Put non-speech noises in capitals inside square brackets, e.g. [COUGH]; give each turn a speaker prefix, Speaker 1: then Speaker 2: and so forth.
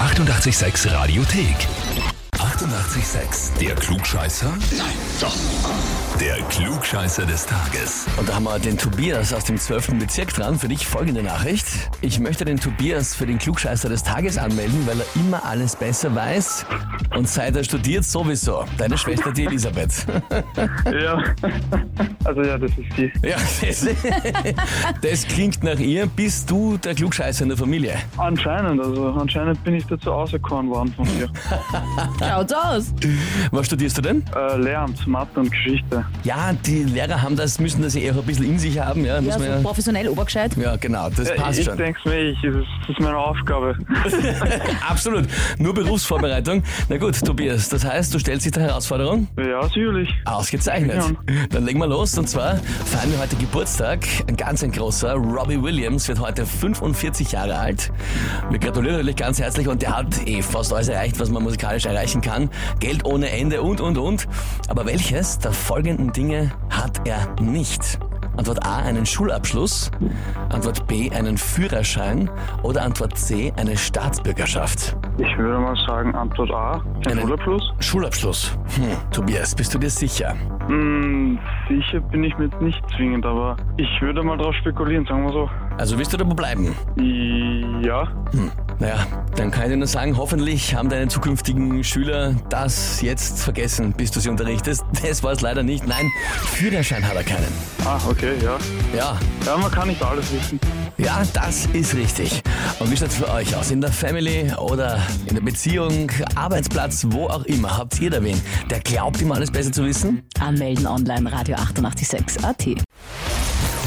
Speaker 1: 886 Radiothek. 88,6. Der Klugscheißer? Nein, doch. Der Klugscheißer des Tages.
Speaker 2: Und da haben wir den Tobias aus dem 12. Bezirk dran. Für dich folgende Nachricht. Ich möchte den Tobias für den Klugscheißer des Tages anmelden, weil er immer alles besser weiß und seit er studiert sowieso. Deine Schwester, die
Speaker 1: [LAUGHS]
Speaker 2: Elisabeth.
Speaker 3: Ja, [LAUGHS] also ja, das ist die.
Speaker 2: Ja, das, das klingt nach ihr. Bist du der Klugscheißer in der Familie?
Speaker 3: Anscheinend, also anscheinend bin ich dazu auserkoren worden von dir.
Speaker 4: Schaut's aus.
Speaker 2: Was studierst du denn?
Speaker 3: Äh, Lehramt, Mathe und Geschichte.
Speaker 2: Ja, die Lehrer haben das, müssen das eher ein bisschen in sich haben. Ja,
Speaker 4: Ja,
Speaker 2: muss man
Speaker 4: so professionell obergescheit.
Speaker 2: ja, ja genau, das
Speaker 3: Ja,
Speaker 2: passt
Speaker 3: ich
Speaker 2: schon.
Speaker 3: denke mir, ich, das ist, das ist meine Aufgabe.
Speaker 2: Absolut. Nur Berufsvorbereitung. Na gut, Tobias, das heißt, du stellst dich der Herausforderung?
Speaker 3: Ja, sicherlich.
Speaker 2: Ausgezeichnet. Dann legen wir los. Und zwar feiern wir heute Geburtstag. Ein ganz ein großer. Robbie Williams wird heute 45 Jahre alt. Wir gratulieren natürlich ganz herzlich und der hat eh fast alles erreicht, was man musikalisch erreichen kann. Geld ohne Ende und, und, und. Aber welches der folgenden Dinge hat er nicht? Antwort A, einen Schulabschluss. Antwort B, einen Führerschein. Oder Antwort C, eine Staatsbürgerschaft.
Speaker 3: Ich würde mal sagen, Antwort A, kein
Speaker 2: Eine-
Speaker 3: Schulabschluss.
Speaker 2: Schulabschluss. Hm, Tobias, bist du dir sicher?
Speaker 3: Hm, sicher bin ich mit nicht zwingend, aber ich würde mal drauf spekulieren, sagen wir so.
Speaker 2: Also willst du dabei bleiben?
Speaker 3: Ja,
Speaker 2: Naja, dann kann ich dir nur sagen, hoffentlich haben deine zukünftigen Schüler das jetzt vergessen, bis du sie unterrichtest. [LAUGHS] Das war es leider nicht. Nein, Führerschein hat er keinen.
Speaker 3: ah, okay, ja.
Speaker 2: Ja,
Speaker 3: Ja, man kann nicht alles wissen.
Speaker 2: ja, das ist richtig. Und wie schaut's für euch aus? In der Family oder in der Beziehung, Arbeitsplatz, wo auch immer, habt ihr da wen, der glaubt immer alles besser zu wissen?
Speaker 4: Anmelden online Radio 886 AT.